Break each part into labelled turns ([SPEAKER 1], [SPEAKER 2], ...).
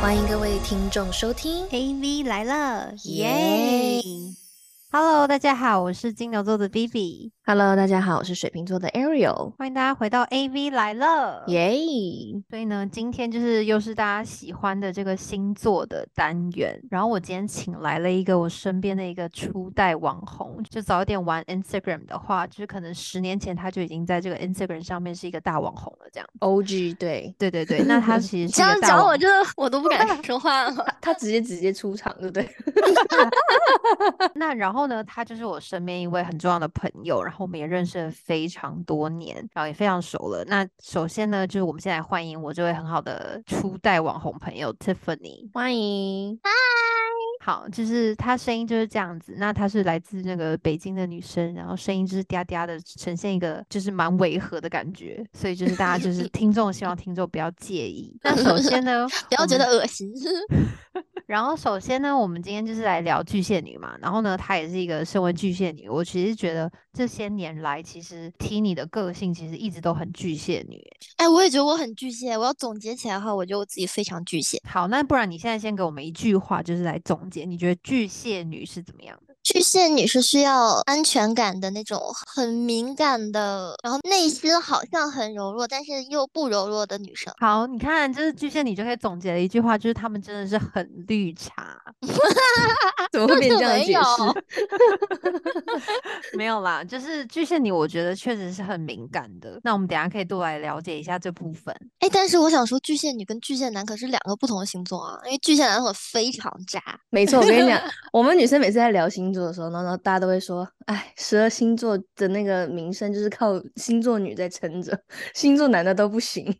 [SPEAKER 1] 欢迎各位听众收听，
[SPEAKER 2] AV 来了，
[SPEAKER 1] 耶
[SPEAKER 2] 耶！Hello，大家好，我是金牛座的 B B，
[SPEAKER 1] Hello，大家好，我是水瓶座的 Ariel，
[SPEAKER 2] 欢迎大家回到 AV 来了。
[SPEAKER 1] 耶
[SPEAKER 2] 所以呢，今天就是又是大家喜欢的这个星座的单元。然后我今天请来了一个我身边的一个初代网红，就早一点玩 Instagram 的话，就是可能十年前他就已经在这个 Instagram 上面是一个大网红了，这样。
[SPEAKER 1] ，OG，对
[SPEAKER 2] 对对对，那他其实是
[SPEAKER 3] 这
[SPEAKER 2] 一个
[SPEAKER 3] 样
[SPEAKER 2] 大
[SPEAKER 3] 讲，
[SPEAKER 2] 网
[SPEAKER 3] 我真的我都不敢说话了。
[SPEAKER 1] 他他直接直接出场，对不对？
[SPEAKER 2] 那然后呢，他就是我身边一位很重要的朋友，然后我们也认识了非常多年，然后也非常熟了。那首先呢，就是我们现在欢迎我这位很好的初代网红朋友 Tiffany。
[SPEAKER 1] 欢迎，
[SPEAKER 2] 好，就是她声音就是这样子。那她是来自那个北京的女生，然后声音就是嗲嗲的，呈现一个就是蛮违和的感觉。所以就是大家 就是听众，希望听众不要介意。那首先呢，
[SPEAKER 3] 不要
[SPEAKER 2] 我
[SPEAKER 3] 觉
[SPEAKER 2] 们
[SPEAKER 3] 得恶心，
[SPEAKER 2] 然后首先呢，我们今天就是来聊巨蟹女嘛。然后呢，她也是一个身为巨蟹女，我其实觉得这些年来，其实 Tini 的个性其实一直都很巨蟹女欸。
[SPEAKER 3] 哎，我也觉得我很巨蟹。我要总结起来的话，我觉得我自己非常巨蟹。
[SPEAKER 2] 好，那不然你现在先给我们一句话，就是来总结，你觉得巨蟹女是怎么样的？
[SPEAKER 3] 巨蟹女是需要安全感的那种，很敏感的，然后内心好像很柔弱，但是又不柔弱的女生。
[SPEAKER 2] 好，你看，就是巨蟹女就可以总结了一句话，就是她们真的是很绿茶。
[SPEAKER 1] 怎么会啊变这样的
[SPEAKER 3] 没
[SPEAKER 1] 解
[SPEAKER 3] 有
[SPEAKER 1] 释？
[SPEAKER 2] 没有啦，就是巨蟹女，我觉得确实是很敏感的。那我们等一下可以多来了解一下这部分。
[SPEAKER 3] 哎，但是我想说，巨蟹女跟巨蟹男可是两个不同的星座啊，因为巨蟹男很非常渣。
[SPEAKER 1] 没错，我跟你讲，我们女生每次在聊星座的时候，然后大家都会说，哎，十二星座的那个名声就是靠星座女在撑着，星座男的都不行。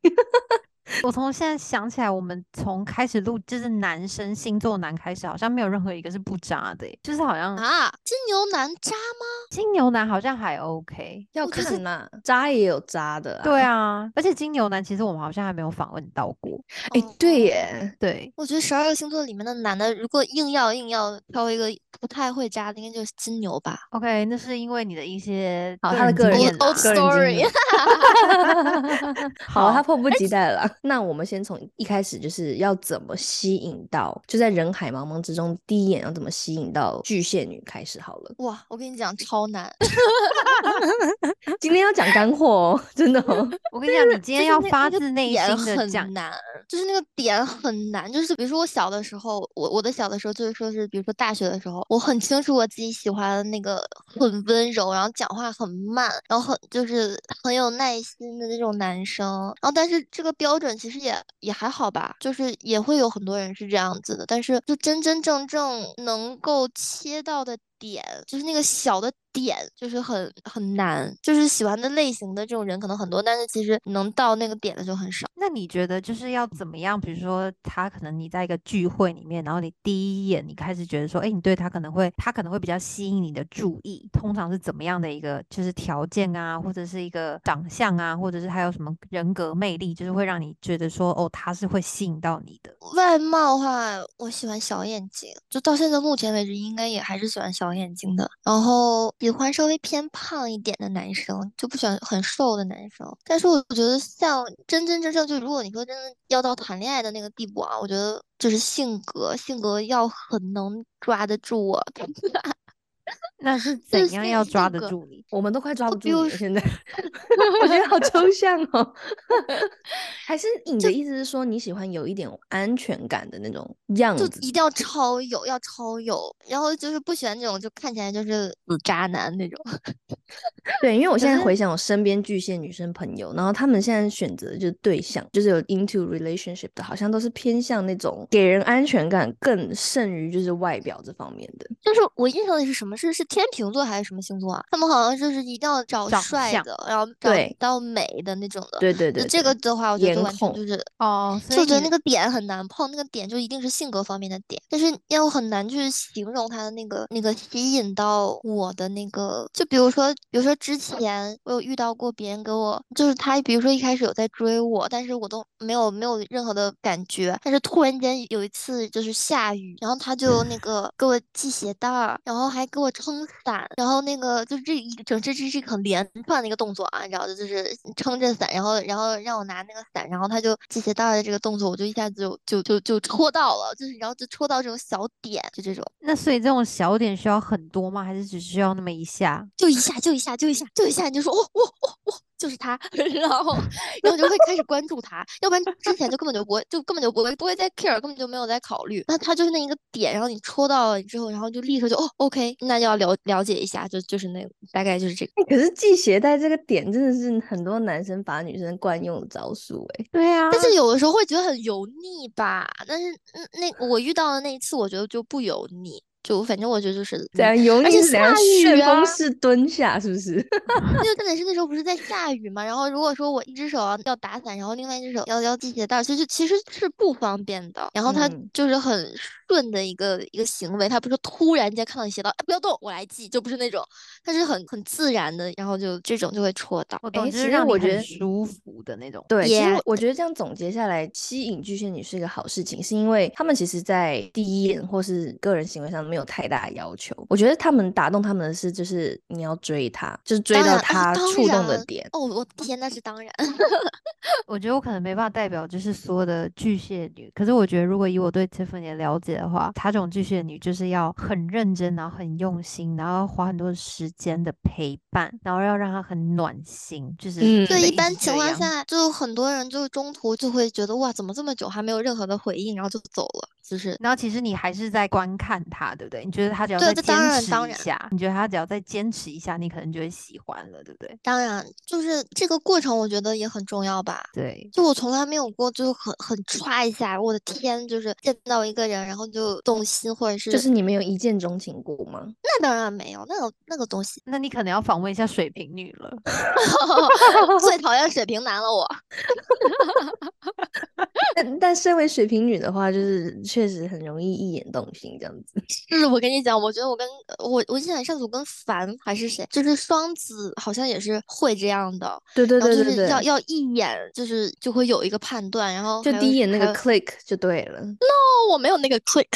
[SPEAKER 2] 我从现在想起来，我们从开始录就是男生星座男开始，好像没有任何一个是不渣的欸、就是好像
[SPEAKER 3] 啊，金牛男渣吗？
[SPEAKER 2] 金牛男好像还 OK。
[SPEAKER 1] 要
[SPEAKER 3] 我觉得
[SPEAKER 1] 看呐、渣也有渣的、啊。
[SPEAKER 2] 对，啊，而且金牛男其实我们好像还没有访问到过。
[SPEAKER 1] 哎、对
[SPEAKER 3] 哦
[SPEAKER 1] 耶，
[SPEAKER 2] 对，
[SPEAKER 3] 我觉得十二个星座里面的男的，如果硬要硬要挑一个不太会渣的，应该就是金牛吧。
[SPEAKER 2] OK，那是因为你的一些
[SPEAKER 1] 好他的个
[SPEAKER 2] 经
[SPEAKER 1] 人
[SPEAKER 2] 验啦
[SPEAKER 3] old story
[SPEAKER 1] 好，他
[SPEAKER 2] 好
[SPEAKER 1] 迫
[SPEAKER 3] 哎
[SPEAKER 1] 不及待了啦。 那我们先从一开始，就是要怎么吸引到，就在人海茫茫之中，第一眼要怎么吸引到巨蟹女开始好了。
[SPEAKER 3] 哇，我跟你讲，超难。
[SPEAKER 1] 今天要讲干货哦，真的 哦。
[SPEAKER 2] 我跟你讲，你今
[SPEAKER 3] 就
[SPEAKER 2] 天
[SPEAKER 3] 是
[SPEAKER 2] 要
[SPEAKER 3] 那
[SPEAKER 2] 发
[SPEAKER 3] 那个
[SPEAKER 2] 自内
[SPEAKER 3] 点
[SPEAKER 2] 心的讲
[SPEAKER 3] 很，难，就是那个点很难。就是比如说我小的时候，我我的小的时候就是说是，比如说大学的时候，我很清楚我自己喜欢那个很温柔，然后讲话很慢，然后很就是很有耐心的那种男生。然后但是这个标准其实也也还好吧，就是也会有很多人是这样子的，但是就真真正正能够切到的。点就是那个小的点，就是很很难，就是喜欢的类型的这种人可能很多，但是其实能到那个点的就很少。
[SPEAKER 2] 那你觉得就是要怎么样？比如说，他可能你在一个聚会里面，然后你第一眼你开始觉得说，哎，你对他可能会，他可能会比较吸引你的注意。通常是怎么样的一个就是条件啊，或者是一个长相啊，或者是他有什么人格魅力，就是会让你觉得说，哦，他是会吸引到你的。
[SPEAKER 3] 外貌的话，我喜欢小眼睛，就到现在目前为止，应该也还是喜欢小眼睛的。然后喜欢稍微偏胖一点的男生，就不喜欢很瘦的男生。但是我觉得像真真正正，就如果你说真的要到谈恋爱的那个地步啊，我觉得就是性格，性格要很能抓得住我。
[SPEAKER 2] 那是
[SPEAKER 3] 这
[SPEAKER 2] 怎
[SPEAKER 3] 是
[SPEAKER 2] 样
[SPEAKER 3] 一
[SPEAKER 2] 要
[SPEAKER 3] 性
[SPEAKER 2] 抓得
[SPEAKER 3] 格
[SPEAKER 2] 住你？
[SPEAKER 1] 我们都快抓不住
[SPEAKER 3] 比如
[SPEAKER 1] 你了，
[SPEAKER 3] 说
[SPEAKER 1] 现在 我觉得好抽象 哦。还是你的意思是说，你喜欢有一点安全感的那种样
[SPEAKER 3] 就
[SPEAKER 1] 子？
[SPEAKER 3] 一定要超有，要超有，然后就是不喜欢那种就看起来就是 死渣男那种。
[SPEAKER 1] 对，因为我现在
[SPEAKER 2] 是
[SPEAKER 1] 回想我身边巨蟹女生朋友，然后她们现在选择就是对象，就是有 into relationship 的，好像都是偏向那种给人安全感更胜于就是外表这方面的。
[SPEAKER 3] 就是我印象里是什么？是是天秤座还是什么星座啊？他们好像就是一定要找
[SPEAKER 2] 长
[SPEAKER 3] 帅
[SPEAKER 2] 相
[SPEAKER 3] 的，然后找
[SPEAKER 1] 对
[SPEAKER 3] 到美的那种的。
[SPEAKER 1] 对对
[SPEAKER 3] 就
[SPEAKER 1] 对，
[SPEAKER 3] 这个
[SPEAKER 1] 对
[SPEAKER 3] 的话，我觉得
[SPEAKER 1] 颜
[SPEAKER 3] 就完全
[SPEAKER 1] 控
[SPEAKER 3] 就是，
[SPEAKER 2] 哦，所
[SPEAKER 3] 就
[SPEAKER 2] 以
[SPEAKER 3] 我觉得
[SPEAKER 2] 你
[SPEAKER 3] 那个点很难碰，那个点就一定是性格方面的点，但是要很难去形容他的那个那个吸引到我的那个，就比如说，比如说之前我有遇到过别人给我，就是他，比如说一开始有在追我，但是我都没有没有任何的感觉，但是突然间有一次就是下雨，然后他就那个给我系鞋带儿，然后还给给我撑伞，然后那个就这一整这这是一个很连串的一个动作啊，你知道的，就是撑着伞，然后然后让我拿那个伞，然后他就系鞋带儿的这个动作，我就一下子就就就就戳到了，就是然后就戳到这种小点，就这种，
[SPEAKER 2] 那所以这种小点需要很多吗？还是只需要那么一下？
[SPEAKER 3] 就一下就一下就一下就一下，你就说哦哦哦哦，就是他， 然后然后就会开始关注他，要不然之前就根本就不会，就根本就不会不会再 care，根本就没有在考虑。那他就是那一个点，然后你戳到了你之后，然后就立刻就哦 OK，那就要了了解一下，就就是那大概就是这个。
[SPEAKER 1] 哎可是系鞋带这个点真的是很多男生把女生惯用的招数哎、
[SPEAKER 2] 对啊，
[SPEAKER 3] 但是有的时候会觉得很油腻吧，但是嗯那我遇到的那一次，我觉得就不油腻，就反正我觉得就是
[SPEAKER 1] 怎样油
[SPEAKER 3] 嗯而
[SPEAKER 1] 腻
[SPEAKER 3] 且
[SPEAKER 1] 是怎样
[SPEAKER 3] 下雨
[SPEAKER 1] 旋
[SPEAKER 3] 啊
[SPEAKER 1] 风式蹲下是不是？
[SPEAKER 3] 那就重点是那时候不是在下雨嘛，然后如果说我一只手要要打伞，然后另外一只手要要系鞋带儿，其实其实是不方便的。然后他
[SPEAKER 1] 嗯
[SPEAKER 3] 就是很顺的一个一个行为，他不是突然间看到你鞋带儿，哎，不要动，我来系，就不是那种，他是很很自然的，然后就这种就会戳到。
[SPEAKER 2] 我
[SPEAKER 1] 诶
[SPEAKER 2] 懂，就
[SPEAKER 1] 其
[SPEAKER 2] 是
[SPEAKER 1] 实
[SPEAKER 2] 让
[SPEAKER 1] 我
[SPEAKER 2] 你
[SPEAKER 1] 觉
[SPEAKER 2] 很
[SPEAKER 1] 得
[SPEAKER 2] 舒服的那种。
[SPEAKER 1] 对，其实
[SPEAKER 3] Yeah
[SPEAKER 1] 我我觉得这样总结下来，吸引巨蟹女是一个好事情，是因为他们其实，在第一眼或是个人行为上没有太大的要求。我觉得他们打动他们的是，就是你要追他，就是追
[SPEAKER 3] 当
[SPEAKER 1] 到
[SPEAKER 3] 然啊
[SPEAKER 1] 他
[SPEAKER 3] 当
[SPEAKER 1] 触动的
[SPEAKER 3] 然
[SPEAKER 1] 点。
[SPEAKER 3] 哦，我天，那是当然。
[SPEAKER 2] 嗯我觉得我可能没办法代表就是所有的巨蟹女，可是我觉得如果以我对 Tiffany 的了解的话，她这种巨蟹女就是要很认真，然后很用心，然后要花很多时间的陪伴，然后要让她很暖心，就是
[SPEAKER 1] 嗯
[SPEAKER 3] 对，
[SPEAKER 1] 得
[SPEAKER 3] 一
[SPEAKER 2] 直
[SPEAKER 3] 般
[SPEAKER 2] 这
[SPEAKER 3] 情况
[SPEAKER 2] 样
[SPEAKER 3] 下，就很多人就中途就会觉得哇，怎么这么久还没有任何的回应，然后就走了，就是
[SPEAKER 2] 然后其实你还是在观看他，对不对？你觉得他只要
[SPEAKER 3] 对
[SPEAKER 2] 再
[SPEAKER 3] 这
[SPEAKER 2] 坚
[SPEAKER 3] 当然
[SPEAKER 2] 持
[SPEAKER 3] 当
[SPEAKER 2] 一
[SPEAKER 3] 然
[SPEAKER 2] 下，你觉得他只要再坚持一下，你可能就会喜欢了，对不对？
[SPEAKER 3] 当然就是这个过程，我觉得也很重要吧。
[SPEAKER 2] 对，，
[SPEAKER 3] 就我从来没有过，就是很很歘一下，我的天，就是见到一个人，然后就动心，或者是
[SPEAKER 1] 就是你们有一见钟情过 吗？
[SPEAKER 3] 那当然没有，那个那个东西
[SPEAKER 2] 那你可能要访问一下水瓶女了。
[SPEAKER 3] 最讨厌水瓶男了我。
[SPEAKER 1] 但但身为水瓶女的话，就是确实很容易一眼动心这样子。
[SPEAKER 3] 是我跟你讲，我觉得我跟我我记得上次我跟凡还是谁，就是双子好像也是会这样的，
[SPEAKER 1] 对对
[SPEAKER 3] 然后
[SPEAKER 1] 对
[SPEAKER 3] 就
[SPEAKER 1] 对
[SPEAKER 3] 是要
[SPEAKER 1] 对，
[SPEAKER 3] 要一眼就是就会有一个判断，然后
[SPEAKER 1] 就
[SPEAKER 3] 还有
[SPEAKER 1] 第一眼那
[SPEAKER 3] 还
[SPEAKER 1] 个
[SPEAKER 3] 有
[SPEAKER 1] click 就对了。
[SPEAKER 3] 哦，我没有那个 click。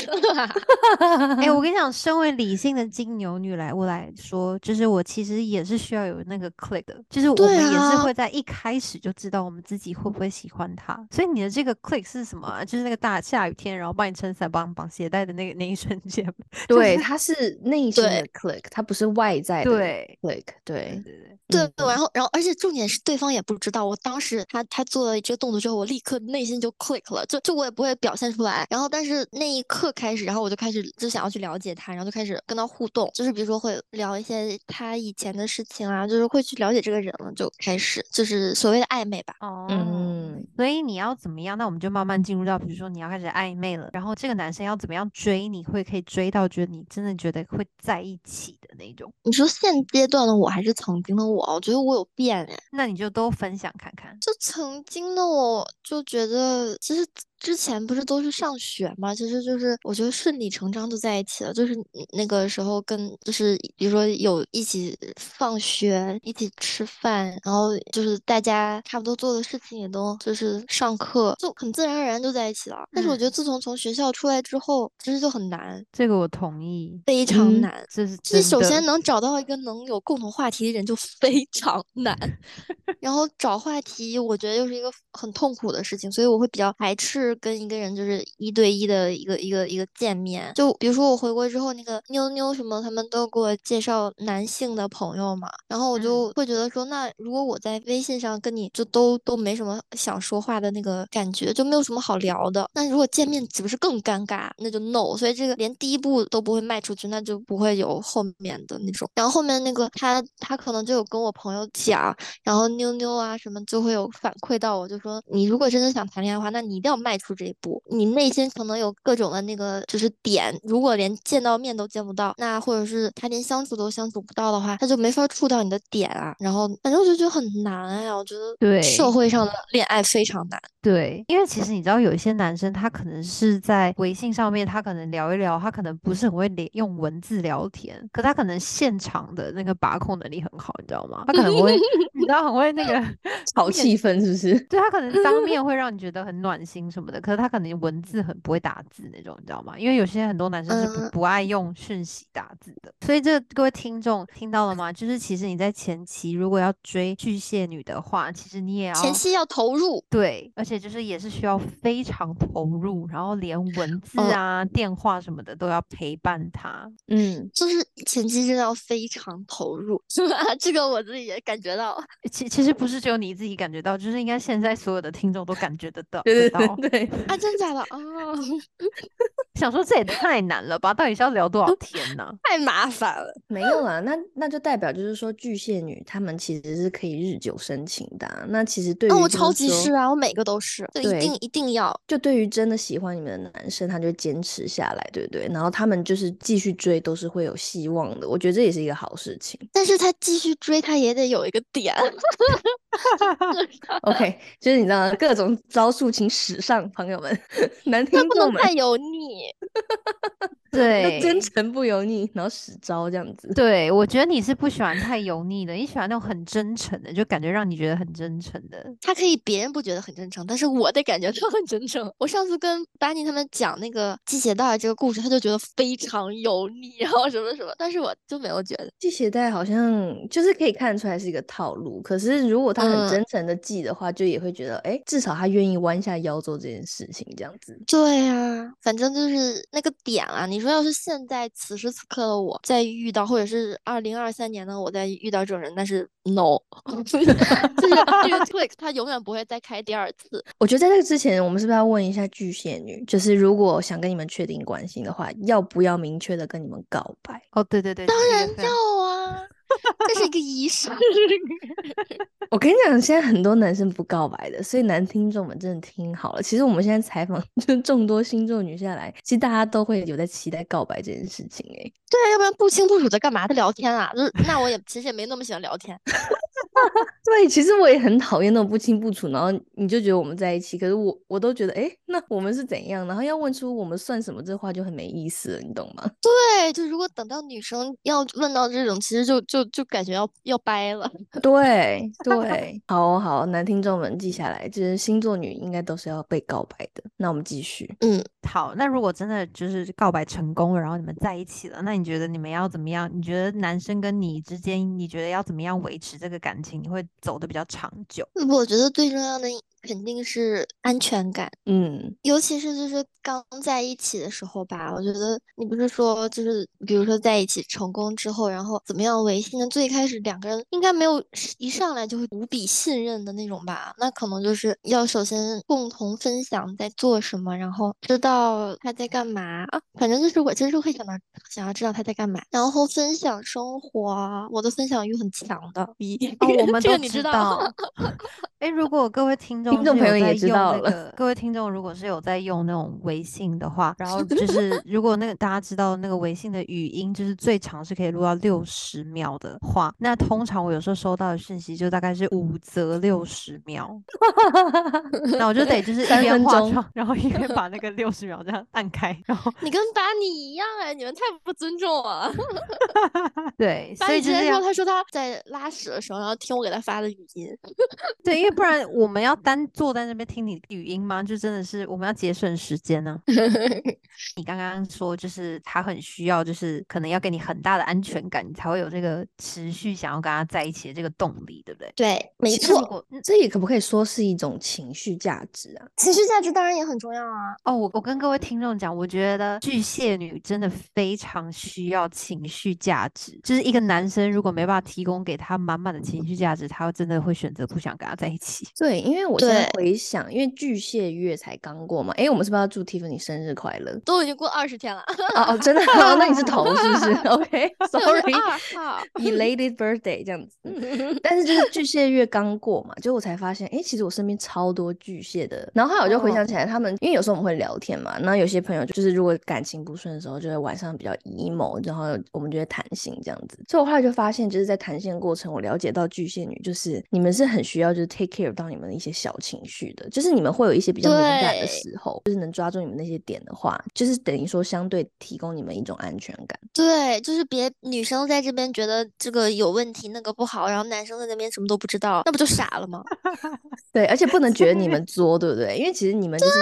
[SPEAKER 2] 哎、我跟你讲，身为理性的金牛女来我来说，就是我其实也是需要有那个 click 的，就是我们
[SPEAKER 3] 对
[SPEAKER 2] 也是
[SPEAKER 3] 啊
[SPEAKER 2] 会在一开始就知道我们自己会不会喜欢他。所以你的这个 click 是什么啊？就是那个大下雨天，然后帮你撑伞、帮你绑鞋带的那个那一瞬间。就
[SPEAKER 1] 对，
[SPEAKER 2] 是
[SPEAKER 1] 它是内心
[SPEAKER 3] 对
[SPEAKER 1] 的 click，它不是外在的
[SPEAKER 2] 对
[SPEAKER 1] click。对，
[SPEAKER 2] 对对对。
[SPEAKER 3] 对，
[SPEAKER 1] 嗯
[SPEAKER 3] 然后，然后，而且重点是对方也不知道。我当时他他做了这个动作之后，我立刻内心就 click 了，就就我也不会表现出来。然后，但是那一刻开始，然后我就开始就想要去了解他，然后就开始跟他互动，就是比如说会聊一些他以前的事情啊，就是会去了解这个人了，就开始就是所谓的暧昧吧。
[SPEAKER 2] 哦，
[SPEAKER 1] 嗯
[SPEAKER 2] 所以你要怎么样？那我们就慢慢进入到，比如说你要开始暧昧了，然后这个男生要怎么样追你，会可以追到觉得你真的觉得会在一起的那种，
[SPEAKER 3] 你说现阶段的我还是曾经的我，我觉得我有变哎。
[SPEAKER 2] 那你就都分享看看。
[SPEAKER 3] 就曾经的我就觉得，其实之前不是都是上学嘛，其实就是我觉得顺理成章就在一起了。就是你那个时候跟就是比如说有一起放学、一起吃饭，然后就是大家差不多做的事情也都就是上课，就很自然而然就在一起了。但是我觉得
[SPEAKER 2] 嗯
[SPEAKER 3] 自从从学校出来之后，其实就很难，
[SPEAKER 2] 这个我同意，
[SPEAKER 3] 非常
[SPEAKER 1] 嗯
[SPEAKER 3] 难。
[SPEAKER 2] 这是
[SPEAKER 3] 就
[SPEAKER 2] 真
[SPEAKER 3] 是首先
[SPEAKER 2] 的
[SPEAKER 3] 能找到一个能有共同话题的人就非常难，然后找话题我觉得又是一个很痛苦的事情，所以我会比较排斥跟一个人就是一对一的一个一个一个见面。就比如说我回国之后，那个妞妞什么他们都给我介绍男性的朋友嘛，然后我就会觉得说，那如果我在微信上跟你就都都没什么想说话的那个感觉，就没有什么好聊的。那如果见面岂不是更尴尬？那就 no。所以这个连第一步都不会迈出去，那就不会有后面的那种。然后后面那个他他可能就有跟我朋友讲，然后妞妞啊什么就会有反馈到我，就说你如果真的想谈恋爱的话，那你一定要迈出这一步。你内心可能有各种的那个就是点，如果连见到面都见不到，那或者是他连相处都相处不到的话，他就没法触到你的点啊。然后反正我就觉得很难哎呀，我觉得
[SPEAKER 2] 对
[SPEAKER 3] 社会上的恋爱非常难。
[SPEAKER 2] 对，因为其实你知道，有一些男生他可能是在微信上面，他可能聊一聊，他可能不是很会聊用文字聊天，可他可能现场的那个把控能力很好，你知道吗？他可能 会，你知道很会那个
[SPEAKER 1] 炒
[SPEAKER 2] 面
[SPEAKER 1] 气氛是不是？
[SPEAKER 2] 对他可能当面会让你觉得很暖心什么的，可是他可能文字很不会打字那种，你知道吗？因为有些很多男生是不、
[SPEAKER 3] 嗯
[SPEAKER 2] 不爱用讯息打字的，所以这各位听众听到了吗？就是其实你在前期如果要追巨蟹女的话，其实你也要
[SPEAKER 3] 前期要投入，
[SPEAKER 2] 对，而且就是也是需要非常投入，然后连文字
[SPEAKER 3] 嗯
[SPEAKER 2] 啊、电话什么的都要陪伴他。
[SPEAKER 1] 嗯，
[SPEAKER 3] 就是前期真的要非常投入， 这个我自己也感觉到。
[SPEAKER 2] 呃其其实不是只有你自己感觉到，就是应该现在所有的听众都感觉得到。
[SPEAKER 1] 对对
[SPEAKER 2] 得到
[SPEAKER 1] 对 对，
[SPEAKER 3] 啊，真假的啊、哦
[SPEAKER 2] 想说这也太难了吧？到底是要聊多少天呢、
[SPEAKER 3] 太麻烦了。
[SPEAKER 1] 没有啦，那那就代表就是说巨蟹女她们其实是可以日久生情的啊、那其实对于
[SPEAKER 3] 那我
[SPEAKER 1] 就是
[SPEAKER 3] 超级
[SPEAKER 1] 说
[SPEAKER 3] 是啊，我每个都是，就
[SPEAKER 1] 对
[SPEAKER 3] 一定一定要。
[SPEAKER 1] 就对于真的喜欢你们的男生，他就会坚持下来，对不对？然后他们就是继续追，都是会有希望的。我觉得这也是一个好事情。
[SPEAKER 3] 但是他继续追，他也得有一个点。
[SPEAKER 1] OK，就是你知道各种招数，请使上，朋友们， 男听
[SPEAKER 3] 他不
[SPEAKER 1] 众
[SPEAKER 3] 能
[SPEAKER 1] 们
[SPEAKER 3] 太油腻，
[SPEAKER 1] 要
[SPEAKER 2] 对
[SPEAKER 1] 真诚不油腻，然后使招这样子。
[SPEAKER 2] 对，我觉得你是不喜欢太油腻的，你喜欢那种很真诚的，就感觉让你觉得很真诚的。
[SPEAKER 3] 他可以别人不觉得很真诚，但是我得感觉到很真诚。我上次跟班尼他们讲那个系鞋带儿这个故事，他就觉得非常油腻，然后什么什么，但是我就没有觉得。
[SPEAKER 1] 系鞋带好像就是可以看出来是一个套路，可是如果他很
[SPEAKER 3] 嗯
[SPEAKER 1] 真诚的系的话，就也会觉得，哎，至少他愿意弯下腰做这件事情，这样子。
[SPEAKER 3] 对呀、反正就是那个点啊。你说要是现在此时此刻的我再遇到，或者是二零二三年的我再遇到这种人，那是 no，就是 这个 click 他永远不会再开第二次。
[SPEAKER 1] 我觉得在这个之前，我们是不是要问一下巨蟹女，就是如果想跟你们确定关系的话，要不要明确的跟你们告白？
[SPEAKER 2] 哦，对对对，
[SPEAKER 3] 当
[SPEAKER 2] 这是一个非
[SPEAKER 3] 然
[SPEAKER 2] 常
[SPEAKER 3] 要啊，这是一个仪 式。
[SPEAKER 1] 我跟你讲，现在很多男生不告白的，所以男听众们真的听好了。其实我们现在采访 就是众多星座女下来，其实大家都会有在期待告白这件事情、欸。
[SPEAKER 3] 对啊，要不然不清不楚在干嘛？在聊天啊？就是那 我也其实也没那么喜欢聊天。
[SPEAKER 1] 对，其实我也很讨厌那种不清不楚，然后你就觉得我们在一起，可是我我都觉得，哎，那我们是怎样？然后要问出我们算什么这话就很没意思了，你懂吗？
[SPEAKER 3] 对，就如果等到女生要问到这种，其实就就就感觉要要掰了。
[SPEAKER 1] 对对， 好哦好哦，男听众们记下来，就是星座女应该都是要被告白的。那我们继续，
[SPEAKER 2] 好。那如果真的就是告白成功了，然后你们在一起了，那你觉得你们要怎么样？你觉得男生跟你之间，你觉得要怎么样维持这个感情，你会走得比较长久？
[SPEAKER 3] 嗯我觉得最重要的肯定是安全感。
[SPEAKER 1] 嗯
[SPEAKER 3] 尤其是就是刚在一起的时候吧，我觉得你不是说就是比如说在一起成功之后，然后怎么样维系呢？最开始两个人应该没有是一上来就会无比信任的那种吧？那可能就是要首先共同分享在做什么，然后知道他在干嘛。啊、反正就是我真是会想到想要知道他在干嘛，然后分享生活啊，我的分享欲很强的。
[SPEAKER 2] 哦，我 们
[SPEAKER 3] 这
[SPEAKER 2] 都
[SPEAKER 3] 个你
[SPEAKER 2] 知
[SPEAKER 3] 知道
[SPEAKER 2] 道。 哎，如果各位听众
[SPEAKER 1] 听众
[SPEAKER 2] 是
[SPEAKER 1] 朋
[SPEAKER 2] 有
[SPEAKER 1] 友也
[SPEAKER 2] 在
[SPEAKER 1] 知
[SPEAKER 2] 用
[SPEAKER 1] 道了
[SPEAKER 2] 那个，各位听众如果是有在用那种微信的话，然后 就是如果那个大家知道那个微信的语音，就是最长是可以录到六十秒的话，那通常我有时候收到的讯息就大概是五则六十秒， 那我就得就是一
[SPEAKER 1] 三
[SPEAKER 2] 边
[SPEAKER 1] 分
[SPEAKER 2] 化
[SPEAKER 1] 钟
[SPEAKER 2] 妆，然后一边把那个六十秒这样按开，然后
[SPEAKER 3] 你跟巴尼一样哎，你们太不尊重我了。
[SPEAKER 2] 对，
[SPEAKER 3] 巴
[SPEAKER 2] 所以
[SPEAKER 3] 尼
[SPEAKER 2] 就
[SPEAKER 3] 之
[SPEAKER 2] 是
[SPEAKER 3] 前
[SPEAKER 2] 要
[SPEAKER 3] 说，他说他在拉屎的时候，然后听我给他发的语音。
[SPEAKER 2] 对，因为不然我们要单坐在那边听你语音吗？就真的是我们要节省时间呢、你刚刚说，就是他很需要，就是可能要给你很大的安全感，你才会有这个持续想要跟他在一起的这个动力，对不对？
[SPEAKER 3] 对，没
[SPEAKER 2] 那如
[SPEAKER 3] 错，
[SPEAKER 2] 果嗯
[SPEAKER 1] 这也可不可以说是一种情绪价值啊？
[SPEAKER 3] 情绪价值当然也很重要啊。
[SPEAKER 2] 哦，我我跟各位听众讲，我觉得巨蟹女真的非常需要情绪价值，就是一个男生如果没办法提供给她满满的情绪价值，他真的会选择不想跟他在一起。
[SPEAKER 1] 对，因为我现在
[SPEAKER 3] 对？
[SPEAKER 1] 回想，因为巨蟹月才刚过嘛，哎，我们是不是要祝 Tiffany 生日快 乐
[SPEAKER 3] 都已经过二十天了
[SPEAKER 1] 哦哦，真的好，那你是头是不是 ？OK，Sorry，
[SPEAKER 3] 二号，
[SPEAKER 1] belated birthday 这样子，但是就是巨蟹月刚过嘛，就我才发现，哎、其实我身边超多巨蟹的。然后后来我就回想起来，他们因为有时候我们会聊天嘛，然后有些朋友就是如果感情不顺的时候，就会晚上比较 emo，然后我们就会谈心这样子。所以我后来就发现，就是在谈心的过程，我了解到巨蟹女就是你们是很需要就是 take care 到你们的一些小情绪的，就是你们会有一些比较敏感的
[SPEAKER 3] 对
[SPEAKER 1] 时候，就是能抓住你们那些点的话，就是等于说相对提供你们一种安全感。
[SPEAKER 3] 对，就是别女生在这边觉得这个有问题，那个不好，然后男生在那边什么都不知道，那不就傻了 吗？
[SPEAKER 1] 对，而且不能觉 得你们作，对不对？因为其实你们就是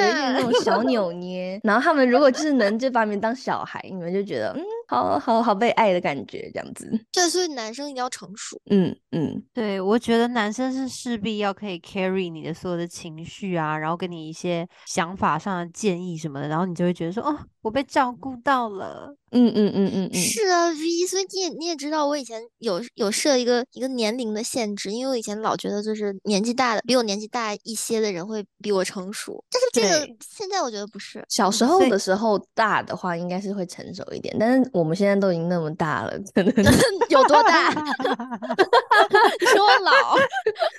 [SPEAKER 1] 有一点那种小 扭捏，然后他们如果就是能就把你们当小孩，你们就觉得嗯，好好好被爱的感觉，这样子，
[SPEAKER 3] 对，所以男生一定要成熟。
[SPEAKER 1] 嗯嗯，
[SPEAKER 2] 对，我觉得男生是势必要可以 carry 你的所有的情绪啊，然后给你一些想法上的建议什么的，然后你就会觉得说，哦，我被照顾到了。
[SPEAKER 1] 嗯嗯嗯嗯嗯，
[SPEAKER 3] 是啊，V，所以你也你也知道，我以前有有设一个一个年龄的限制，因为我以前老觉得就是年纪大的比我年纪大一些的人会比我成熟，但是这个
[SPEAKER 2] 对
[SPEAKER 3] 现在我觉得不是。
[SPEAKER 1] 小时
[SPEAKER 2] 嗯
[SPEAKER 1] 候
[SPEAKER 2] 所以
[SPEAKER 1] 的时候大的话，应该是会成熟一点，但是我们现在都已经那么大了，可能
[SPEAKER 3] 有多大？你说我老？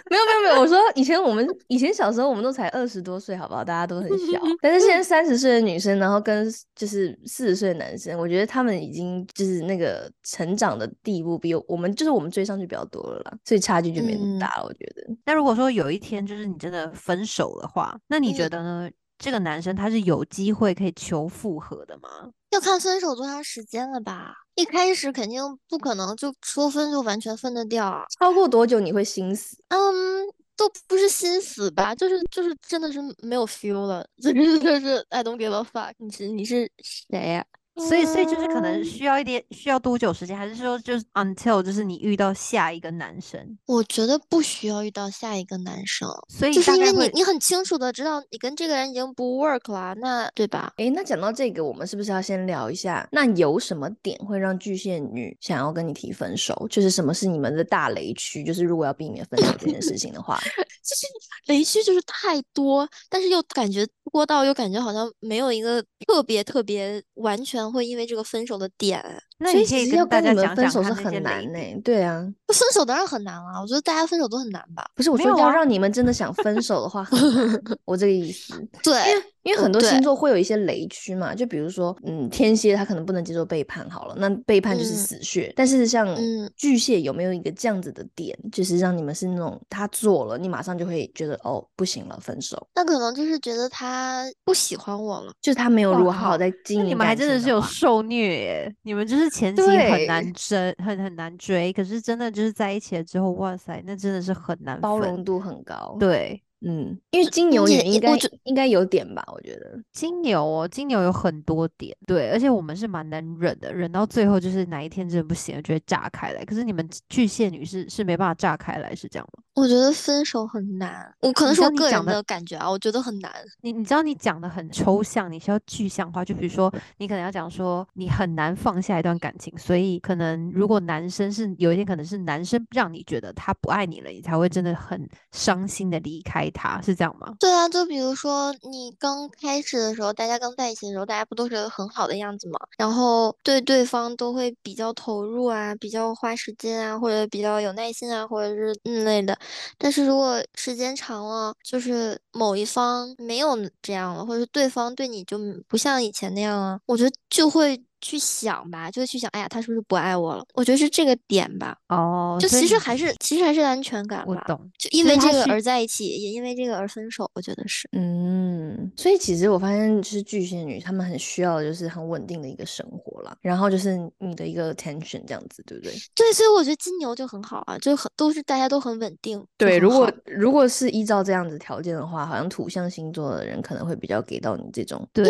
[SPEAKER 1] 没有没有没有，我说以前我们以前小时候我们都才二十多岁，好不好？大家都很 小，但是现在三十岁的女生，然后跟就是四十岁的男生，我觉得他们已经就是那个成长的地步比我们就是我们追上去比较多了啦，所以差距就没那么
[SPEAKER 3] 嗯
[SPEAKER 1] 大了，我觉得。
[SPEAKER 2] 那如果说有一天就是你真的分手的话，那你觉
[SPEAKER 3] 嗯
[SPEAKER 2] 得呢？这个男生他是有机会可以求复合的吗？
[SPEAKER 3] 要看分手多长时间了吧？一开始肯定不可能就说分就完全分得掉啊。
[SPEAKER 1] 超过多久你会心死？
[SPEAKER 3] 嗯，都不是心死吧，就是就是真的是没有 feel 了，就是就是 I don't give a fuck，你是你是谁啊呀、
[SPEAKER 2] 所以，所以就是可能
[SPEAKER 1] 嗯
[SPEAKER 2] 需要一点，需要多久时间，还是说就是 until 就是你遇到下一个男生？
[SPEAKER 3] 我觉得不需要遇到下一个男生，
[SPEAKER 2] 所以
[SPEAKER 3] 就是
[SPEAKER 2] 大
[SPEAKER 3] 因
[SPEAKER 2] 概
[SPEAKER 3] 为你
[SPEAKER 2] 会
[SPEAKER 3] 你很清楚的知道你跟这个人已经不 work 啦，那对吧？
[SPEAKER 1] 诶，那讲到这个，我们是不是要先聊一下？那有什么点会让巨蟹女想要跟你提分手？就是什么是你们的大雷区？就是如果要避免分手这件事情的话，
[SPEAKER 3] 就是雷区就是太多，但是又感觉多到又感觉好像没有一个特别特别完全会因为这个分手的点。
[SPEAKER 2] 那
[SPEAKER 1] 所
[SPEAKER 2] 你
[SPEAKER 1] 以
[SPEAKER 2] 可
[SPEAKER 1] 其
[SPEAKER 2] 以
[SPEAKER 1] 实要
[SPEAKER 2] 跟大
[SPEAKER 1] 跟你
[SPEAKER 2] 家
[SPEAKER 1] 们
[SPEAKER 2] 讲
[SPEAKER 1] 分
[SPEAKER 2] 讲
[SPEAKER 1] 手
[SPEAKER 2] 看
[SPEAKER 1] 是
[SPEAKER 2] 那些
[SPEAKER 1] 很难
[SPEAKER 2] 雷
[SPEAKER 1] 呢、
[SPEAKER 2] 点。
[SPEAKER 1] 对啊，
[SPEAKER 3] 分手当然很难啊了，我觉得大家分手都很难吧。
[SPEAKER 1] 不是我
[SPEAKER 2] 没
[SPEAKER 1] 说
[SPEAKER 2] 有
[SPEAKER 1] 要
[SPEAKER 2] 啊
[SPEAKER 1] 让你们真的想分手的话很 难，我这个意思。嗯因
[SPEAKER 3] 对
[SPEAKER 1] 为，因为
[SPEAKER 3] 我
[SPEAKER 1] 很多
[SPEAKER 3] 对
[SPEAKER 1] 星座会有一些雷区嘛，就比如说，嗯，天蝎他可能不能接受背叛，好了，那背叛就是
[SPEAKER 3] 嗯
[SPEAKER 1] 死穴。但是像
[SPEAKER 3] 嗯
[SPEAKER 1] 巨蟹有没有一个这样子的点，就是让你们是那种他做了，你马上就会觉得哦不行了，分手，
[SPEAKER 3] 那可能就是觉得他不喜欢我了。
[SPEAKER 1] 就是他没有
[SPEAKER 2] 哇
[SPEAKER 1] 如果好好
[SPEAKER 2] 靠
[SPEAKER 1] 在
[SPEAKER 2] 那
[SPEAKER 1] 经
[SPEAKER 2] 你
[SPEAKER 1] 营
[SPEAKER 2] 们还
[SPEAKER 1] 感情的话。
[SPEAKER 2] 真的是有受虐耶！你们就是前期很
[SPEAKER 1] 对
[SPEAKER 2] 难追，很很难追，可是真的就是在一起了之后，哇塞，那真的是很难
[SPEAKER 1] 包
[SPEAKER 2] 分
[SPEAKER 1] 容。度很高。，
[SPEAKER 2] 对，
[SPEAKER 1] 嗯，因为金牛女
[SPEAKER 3] 也也
[SPEAKER 1] 应
[SPEAKER 3] 我
[SPEAKER 1] 该
[SPEAKER 3] 觉
[SPEAKER 1] 应该有点吧，我觉得。
[SPEAKER 2] 金牛哦，金牛有很多点，对，而且我们是蛮能忍的，忍到最后就是哪一天真的不行了，就会炸开来。可是你们巨蟹女是是没办法炸开来，是这样吗？
[SPEAKER 3] 我觉得分手很难，我可能
[SPEAKER 2] 你
[SPEAKER 3] 是
[SPEAKER 2] 知
[SPEAKER 3] 我
[SPEAKER 2] 道你
[SPEAKER 3] 个
[SPEAKER 2] 讲
[SPEAKER 3] 人
[SPEAKER 2] 的
[SPEAKER 3] 的感觉啊，我觉得很难。
[SPEAKER 2] 你你知道你讲的很抽象，你需要具象化。就比如说，你可能要讲说你很难放下一段感情，所以可能如果男生是有一天可能是男生让你觉得他不爱你了，你才会真的很伤心的离开他，是这样吗？
[SPEAKER 3] 对啊，就比如说你刚开始的时候，大家刚在一起的时候，大家不都是很好的样子嘛，然后对对方都会比较投入啊，比较花时间啊，或者比较有耐心啊，或者是嗯类的。但是如果时间长了，就是某一方没有这样了，或者是对方对你就嗯不像以前那样了，我觉得就会去想吧，就会去想，哎呀，他是不是不爱我了？我觉得是这个点吧。
[SPEAKER 2] 哦，
[SPEAKER 3] 就
[SPEAKER 2] 所以
[SPEAKER 3] 其实
[SPEAKER 2] 你
[SPEAKER 3] 还是其实还是安全感
[SPEAKER 2] 我
[SPEAKER 3] 吧，
[SPEAKER 2] 懂，
[SPEAKER 3] 就因
[SPEAKER 2] 就是
[SPEAKER 3] 为
[SPEAKER 2] 他
[SPEAKER 3] 这个
[SPEAKER 2] 需
[SPEAKER 3] 而在一起，也因为这个而分手，我觉得是。
[SPEAKER 1] 嗯，所以其实我发现，就是巨蟹女她们很需要的就是很稳定的一个生活啦，然后就是你的一个 attention 这样子，对不对？
[SPEAKER 3] 对，所以我觉得金牛就很好啊，就很都是大家都很稳定，就很
[SPEAKER 1] 如果
[SPEAKER 3] 好
[SPEAKER 1] 如果是依照这样子条件的话，好像土象星座的人可能会比较给到你这种，
[SPEAKER 2] 对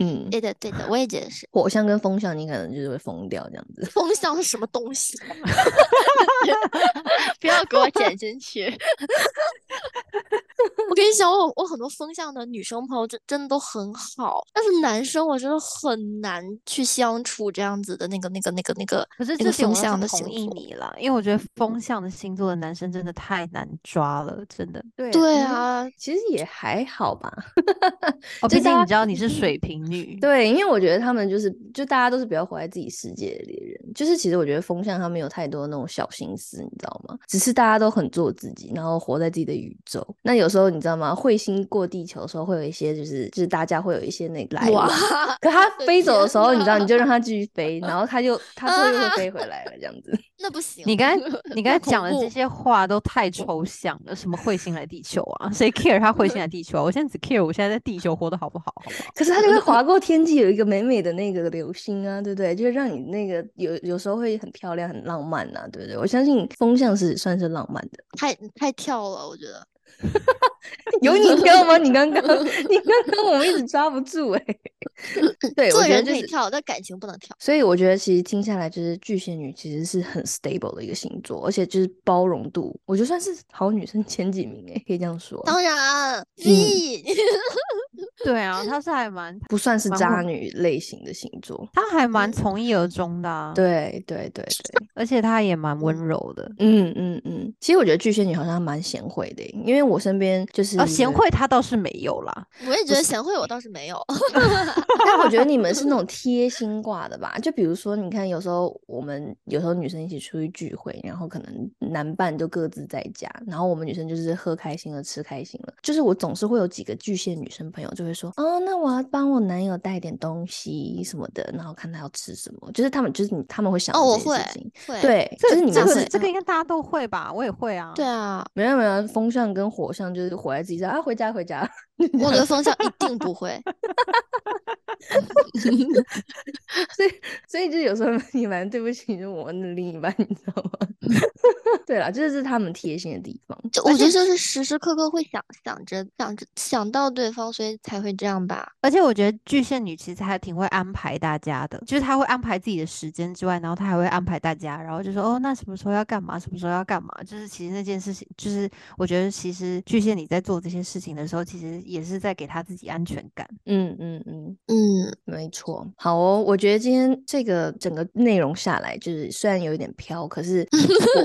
[SPEAKER 1] 嗯，
[SPEAKER 3] 对的对的，我也觉得是。
[SPEAKER 1] 火象跟风象你可能就是会疯掉这样子。
[SPEAKER 3] 风向是什么东西？ 不要给我剪进去。 我跟你讲，我我很多风向的女生朋友真真的都很好，但是男生我真的很难去相处这样子的那个那个那个那个
[SPEAKER 2] 可是
[SPEAKER 3] 那
[SPEAKER 2] 这
[SPEAKER 3] 个
[SPEAKER 2] 点
[SPEAKER 3] 风
[SPEAKER 2] 我倒
[SPEAKER 3] 向
[SPEAKER 2] 是
[SPEAKER 3] 的
[SPEAKER 2] 同
[SPEAKER 3] 星
[SPEAKER 2] 意
[SPEAKER 3] 座。
[SPEAKER 2] 你啦，因为我觉得风象的星座的男生真的太难抓了，真的。
[SPEAKER 1] 对
[SPEAKER 3] 对
[SPEAKER 1] 嗯
[SPEAKER 3] 啊，
[SPEAKER 1] 其实也还好吧。
[SPEAKER 2] 哦，
[SPEAKER 1] 就
[SPEAKER 2] 毕
[SPEAKER 1] 大家
[SPEAKER 2] 竟你知道你是水瓶女，
[SPEAKER 1] 对，因为我觉得他们就是，就大家都是比较活在自己世界里的人。就是其实我觉得风象他们有太多那种小心思，你知道吗？只是大家都很做自己，然后活在自己的宇宙。那有时候你知道吗？彗星过地球的时候，会有一些就是就是大家会有一些那个来往。可它
[SPEAKER 3] 我的
[SPEAKER 1] 飞走的
[SPEAKER 3] 天
[SPEAKER 1] 时候，你知道，你
[SPEAKER 3] 呐
[SPEAKER 1] 就让它继续飞，然后它就它最后又会飞回来了，这样子。
[SPEAKER 3] 那不行。
[SPEAKER 2] 你刚才你刚才
[SPEAKER 3] 太恐
[SPEAKER 2] 讲的这
[SPEAKER 3] 怖
[SPEAKER 2] 些话都太抽象了，什么彗星来地球啊？谁 care 他彗星来地球啊？我现在只 care 我现在在地球活得好不好，好吗？
[SPEAKER 1] 可是它就会划过天际，有一个美美的那个流星啊，对不对？就是让你那个有有时候会很漂亮、很浪漫呐、对不对？我相信风象是算是浪漫的。
[SPEAKER 3] 太太跳了，我觉得。
[SPEAKER 1] 有你跳吗？你 刚刚你刚刚我们一直抓不住哎、对，我
[SPEAKER 3] 做
[SPEAKER 1] 觉得
[SPEAKER 3] 人
[SPEAKER 1] 就
[SPEAKER 3] 可以
[SPEAKER 1] 是。
[SPEAKER 3] 跳，但感情不能跳。
[SPEAKER 1] 所以我觉得其实听下来，就是巨蟹女其实是很 stable 的一个星座，而且就是包容度，我觉得算是好女生前几名哎、可以这样说，
[SPEAKER 3] 当然，Z，啊
[SPEAKER 1] 嗯
[SPEAKER 2] 对啊，他是还蛮
[SPEAKER 1] 不算是
[SPEAKER 2] 蛮
[SPEAKER 1] 渣
[SPEAKER 2] 稳
[SPEAKER 1] 女类型的星座。
[SPEAKER 2] 他还蛮
[SPEAKER 3] 嗯
[SPEAKER 2] 从一而终的、啊，，
[SPEAKER 1] 对对对对，
[SPEAKER 2] 而且他也蛮温柔的。
[SPEAKER 1] 嗯嗯嗯。其实我觉得巨蟹女好像蛮贤惠的欸、因为我身边就是
[SPEAKER 3] 哦
[SPEAKER 2] 啊，贤惠他倒是没有啦，
[SPEAKER 3] 我也觉得贤惠，我倒是 没有。
[SPEAKER 1] 但我觉得你们是那种贴心挂的吧？就比如说，你看有时候我们有时候女生一起出去聚会，然后可能男伴就各自在家，然后我们女生就是喝开心了，吃开心了。就是我总是会有几个巨蟹女生朋友就会说，哦，那我要帮我男友带点东西什么的，然后看他要吃什么。就是他们就是你他们会想
[SPEAKER 3] 哦，
[SPEAKER 1] 到
[SPEAKER 3] 我
[SPEAKER 1] 这件
[SPEAKER 3] 会
[SPEAKER 1] 事情，，
[SPEAKER 3] 会，
[SPEAKER 1] 对，就
[SPEAKER 2] 这
[SPEAKER 1] 是你
[SPEAKER 2] 这
[SPEAKER 1] 们
[SPEAKER 3] 们
[SPEAKER 2] 个
[SPEAKER 1] 是
[SPEAKER 3] 是
[SPEAKER 2] 这个
[SPEAKER 3] 嗯
[SPEAKER 2] 应该大家都会吧？我也会啊。
[SPEAKER 3] 对啊，
[SPEAKER 1] 没有没有风象跟火象就是活在自己家啊，回家回家。
[SPEAKER 3] 我觉得风象一定不会。
[SPEAKER 1] 所以就有时候 你蛮对不起，就我们的另一半，你知道吗？ 对啦，这是他们贴心的地方。
[SPEAKER 3] 就
[SPEAKER 2] 而
[SPEAKER 3] 我
[SPEAKER 2] 且
[SPEAKER 3] 觉得就是时时刻刻会想想着想着想到对方，所以才会这样吧。
[SPEAKER 2] 而且我觉得巨蟹女其实还挺会安排大家的，就是她会安排自己的时间之外，然后她还会安排大家，然后就说哦，那什么时候要干嘛，什么时候要干嘛，就是其实那件事情，就是我觉得其实巨蟹你在做这些事情的时候，其实也是在给她自己安全感。
[SPEAKER 1] 嗯嗯嗯，
[SPEAKER 3] 嗯，
[SPEAKER 1] 没错。好哦，我觉得今天这个整个内容下来，就是虽然有一点飘，可是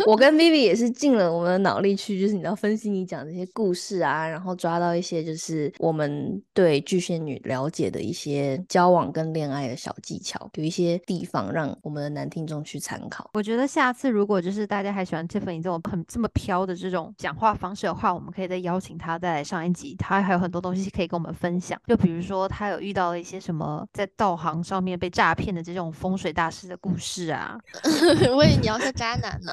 [SPEAKER 1] 我我跟 Vivi 也是尽了我们的脑力去，就是你知道分析你讲这些故事啊，然后抓到一些就是我们对巨蟹女了解的一些交往跟恋爱的小技巧，有一些地方让我们的男听众去参考。
[SPEAKER 2] 我觉得下次如果就是大家还喜欢 Tiffany 这种很这么飘的这种讲话方式的话，我们可以再邀请她再来上一集，她还有很多东西可以跟我们分享。就比如说她有遇到了一些什么在道行上面被诈骗的这种风水大师的故事啊，
[SPEAKER 3] 我以为你要说渣男 呢。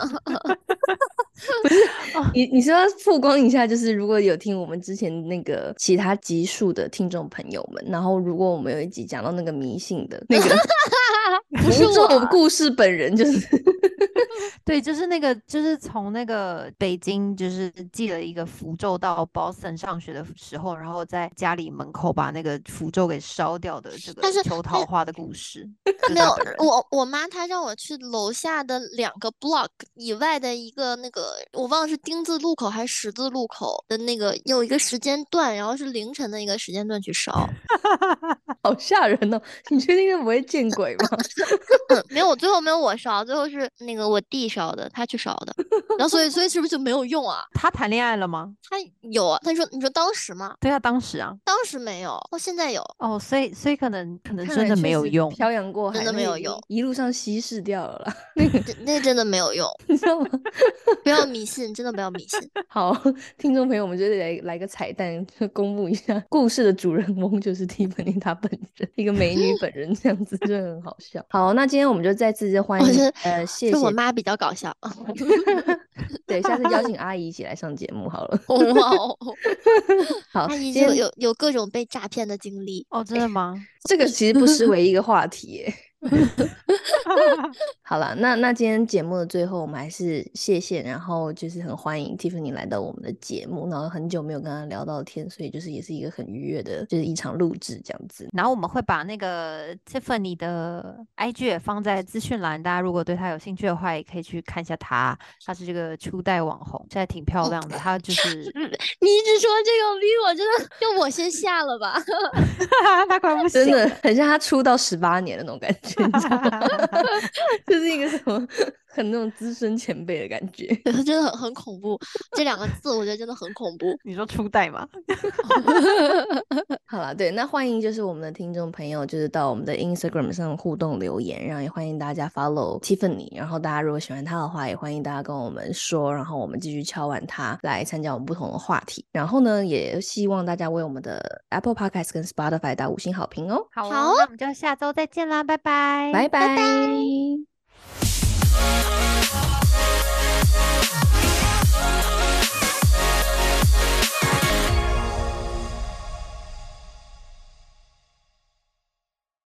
[SPEAKER 1] 你你是要曝光一下，就是如果有听我们之前那个其他集数的听众朋友们，然后如果我们有一集讲到那个迷信的那个
[SPEAKER 3] 不是
[SPEAKER 1] 符咒
[SPEAKER 3] 我
[SPEAKER 1] 故事本人，就是
[SPEAKER 2] 对，就是那个，就是从那个北京，就是寄了一个符咒到 Boston 上学的时候，然后在家里门口把那个符咒给烧掉的这个
[SPEAKER 3] 但是
[SPEAKER 2] 求
[SPEAKER 3] 但
[SPEAKER 2] 桃
[SPEAKER 3] 是
[SPEAKER 2] 花的故事。就是
[SPEAKER 3] 没有
[SPEAKER 2] 本人，
[SPEAKER 3] 我我妈她让我去楼下的两个 block 以外的一个那个，我忘了是丁字路口还是十字路口的那个，有一个时间段，然后是凌晨的一个时间段去烧。
[SPEAKER 1] 好吓人哦！你确定不会见鬼吗？
[SPEAKER 3] 嗯，没有，最后没有我烧，最后是那个我弟烧的，他去烧 的，然后所以所以是不是就没有用啊？
[SPEAKER 2] 他谈恋爱了吗？
[SPEAKER 3] 他有啊，他说你说当时吗？
[SPEAKER 2] 对啊，当时啊，
[SPEAKER 3] 当时没有，哦，现 在有。
[SPEAKER 2] 哦，所以所以可能可能
[SPEAKER 1] 看
[SPEAKER 2] 真
[SPEAKER 1] 来
[SPEAKER 2] 的
[SPEAKER 1] 确
[SPEAKER 2] 没有
[SPEAKER 1] 实
[SPEAKER 2] 用。
[SPEAKER 1] 漂洋过海
[SPEAKER 3] 真的
[SPEAKER 1] 那
[SPEAKER 3] 没
[SPEAKER 1] 个
[SPEAKER 3] 有
[SPEAKER 1] 一
[SPEAKER 3] 用
[SPEAKER 1] 一路上稀释掉了啦，
[SPEAKER 3] 这那真的没有用，
[SPEAKER 1] 你知道吗？
[SPEAKER 3] 不要迷信，真的不要迷信。
[SPEAKER 1] 好， 听众朋友，我们就来来个彩蛋， 就公布一下故事的主人翁就是蒂芙尼她本人，一个美女本人，这样子就很好笑。好，那今天我们就再次就欢
[SPEAKER 3] 我觉
[SPEAKER 1] 迎
[SPEAKER 3] 得
[SPEAKER 1] 呃，谢
[SPEAKER 3] 是我
[SPEAKER 1] 谢，
[SPEAKER 3] 妈比较搞 笑。
[SPEAKER 1] 对，下次邀请阿姨一起来上节目好了。
[SPEAKER 3] 哇哦，
[SPEAKER 1] 好，
[SPEAKER 3] 阿姨
[SPEAKER 1] 今
[SPEAKER 3] 就
[SPEAKER 1] 天
[SPEAKER 3] 有有各种被诈骗的经历。
[SPEAKER 2] 哦，真的吗？
[SPEAKER 1] 这个其实不失为一个话题耶。好了，那那今天节目的最后，我们还是谢谢，然后就是很欢迎 Tiffany 来到我们的节目，然后很久没有跟她聊到天，所以就是也是一个很愉悦的，就是一场录制这样子。
[SPEAKER 2] 然后我们会把那个 Tiffany 的 IG 也放在资讯栏，大家如果对她有兴趣的话，也可以去看一下她。她是这个初代网红，现在挺漂亮的。她就是
[SPEAKER 3] 你一直说这个逼我真的，就我先下了吧。
[SPEAKER 2] 她快不
[SPEAKER 1] 真
[SPEAKER 2] 行
[SPEAKER 1] 的很像她出道十八年的那种感觉， 你知道吗？
[SPEAKER 2] 了。
[SPEAKER 1] 就是一个什么很那种资深前辈的感觉。
[SPEAKER 3] 对，真的很很恐怖，这两个字我觉得真的很恐怖。
[SPEAKER 2] 你说初代吗？
[SPEAKER 1] 好了，对，那欢迎就是我们的听众朋友，就是到我们的 Instagram 上互动留言，然后也欢迎大家 follow Tiffany，然后大家如果喜欢她的话，也欢迎大家跟我们说，然后我们继续敲完她来参加我们不同的话题，然后呢，也希望大家为我们的 Apple Podcast 跟 Spotify 打五星好评哦，
[SPEAKER 2] 好哦，
[SPEAKER 3] 好
[SPEAKER 2] 那我们就下周再见啦，拜拜，
[SPEAKER 1] 拜拜。
[SPEAKER 3] 拜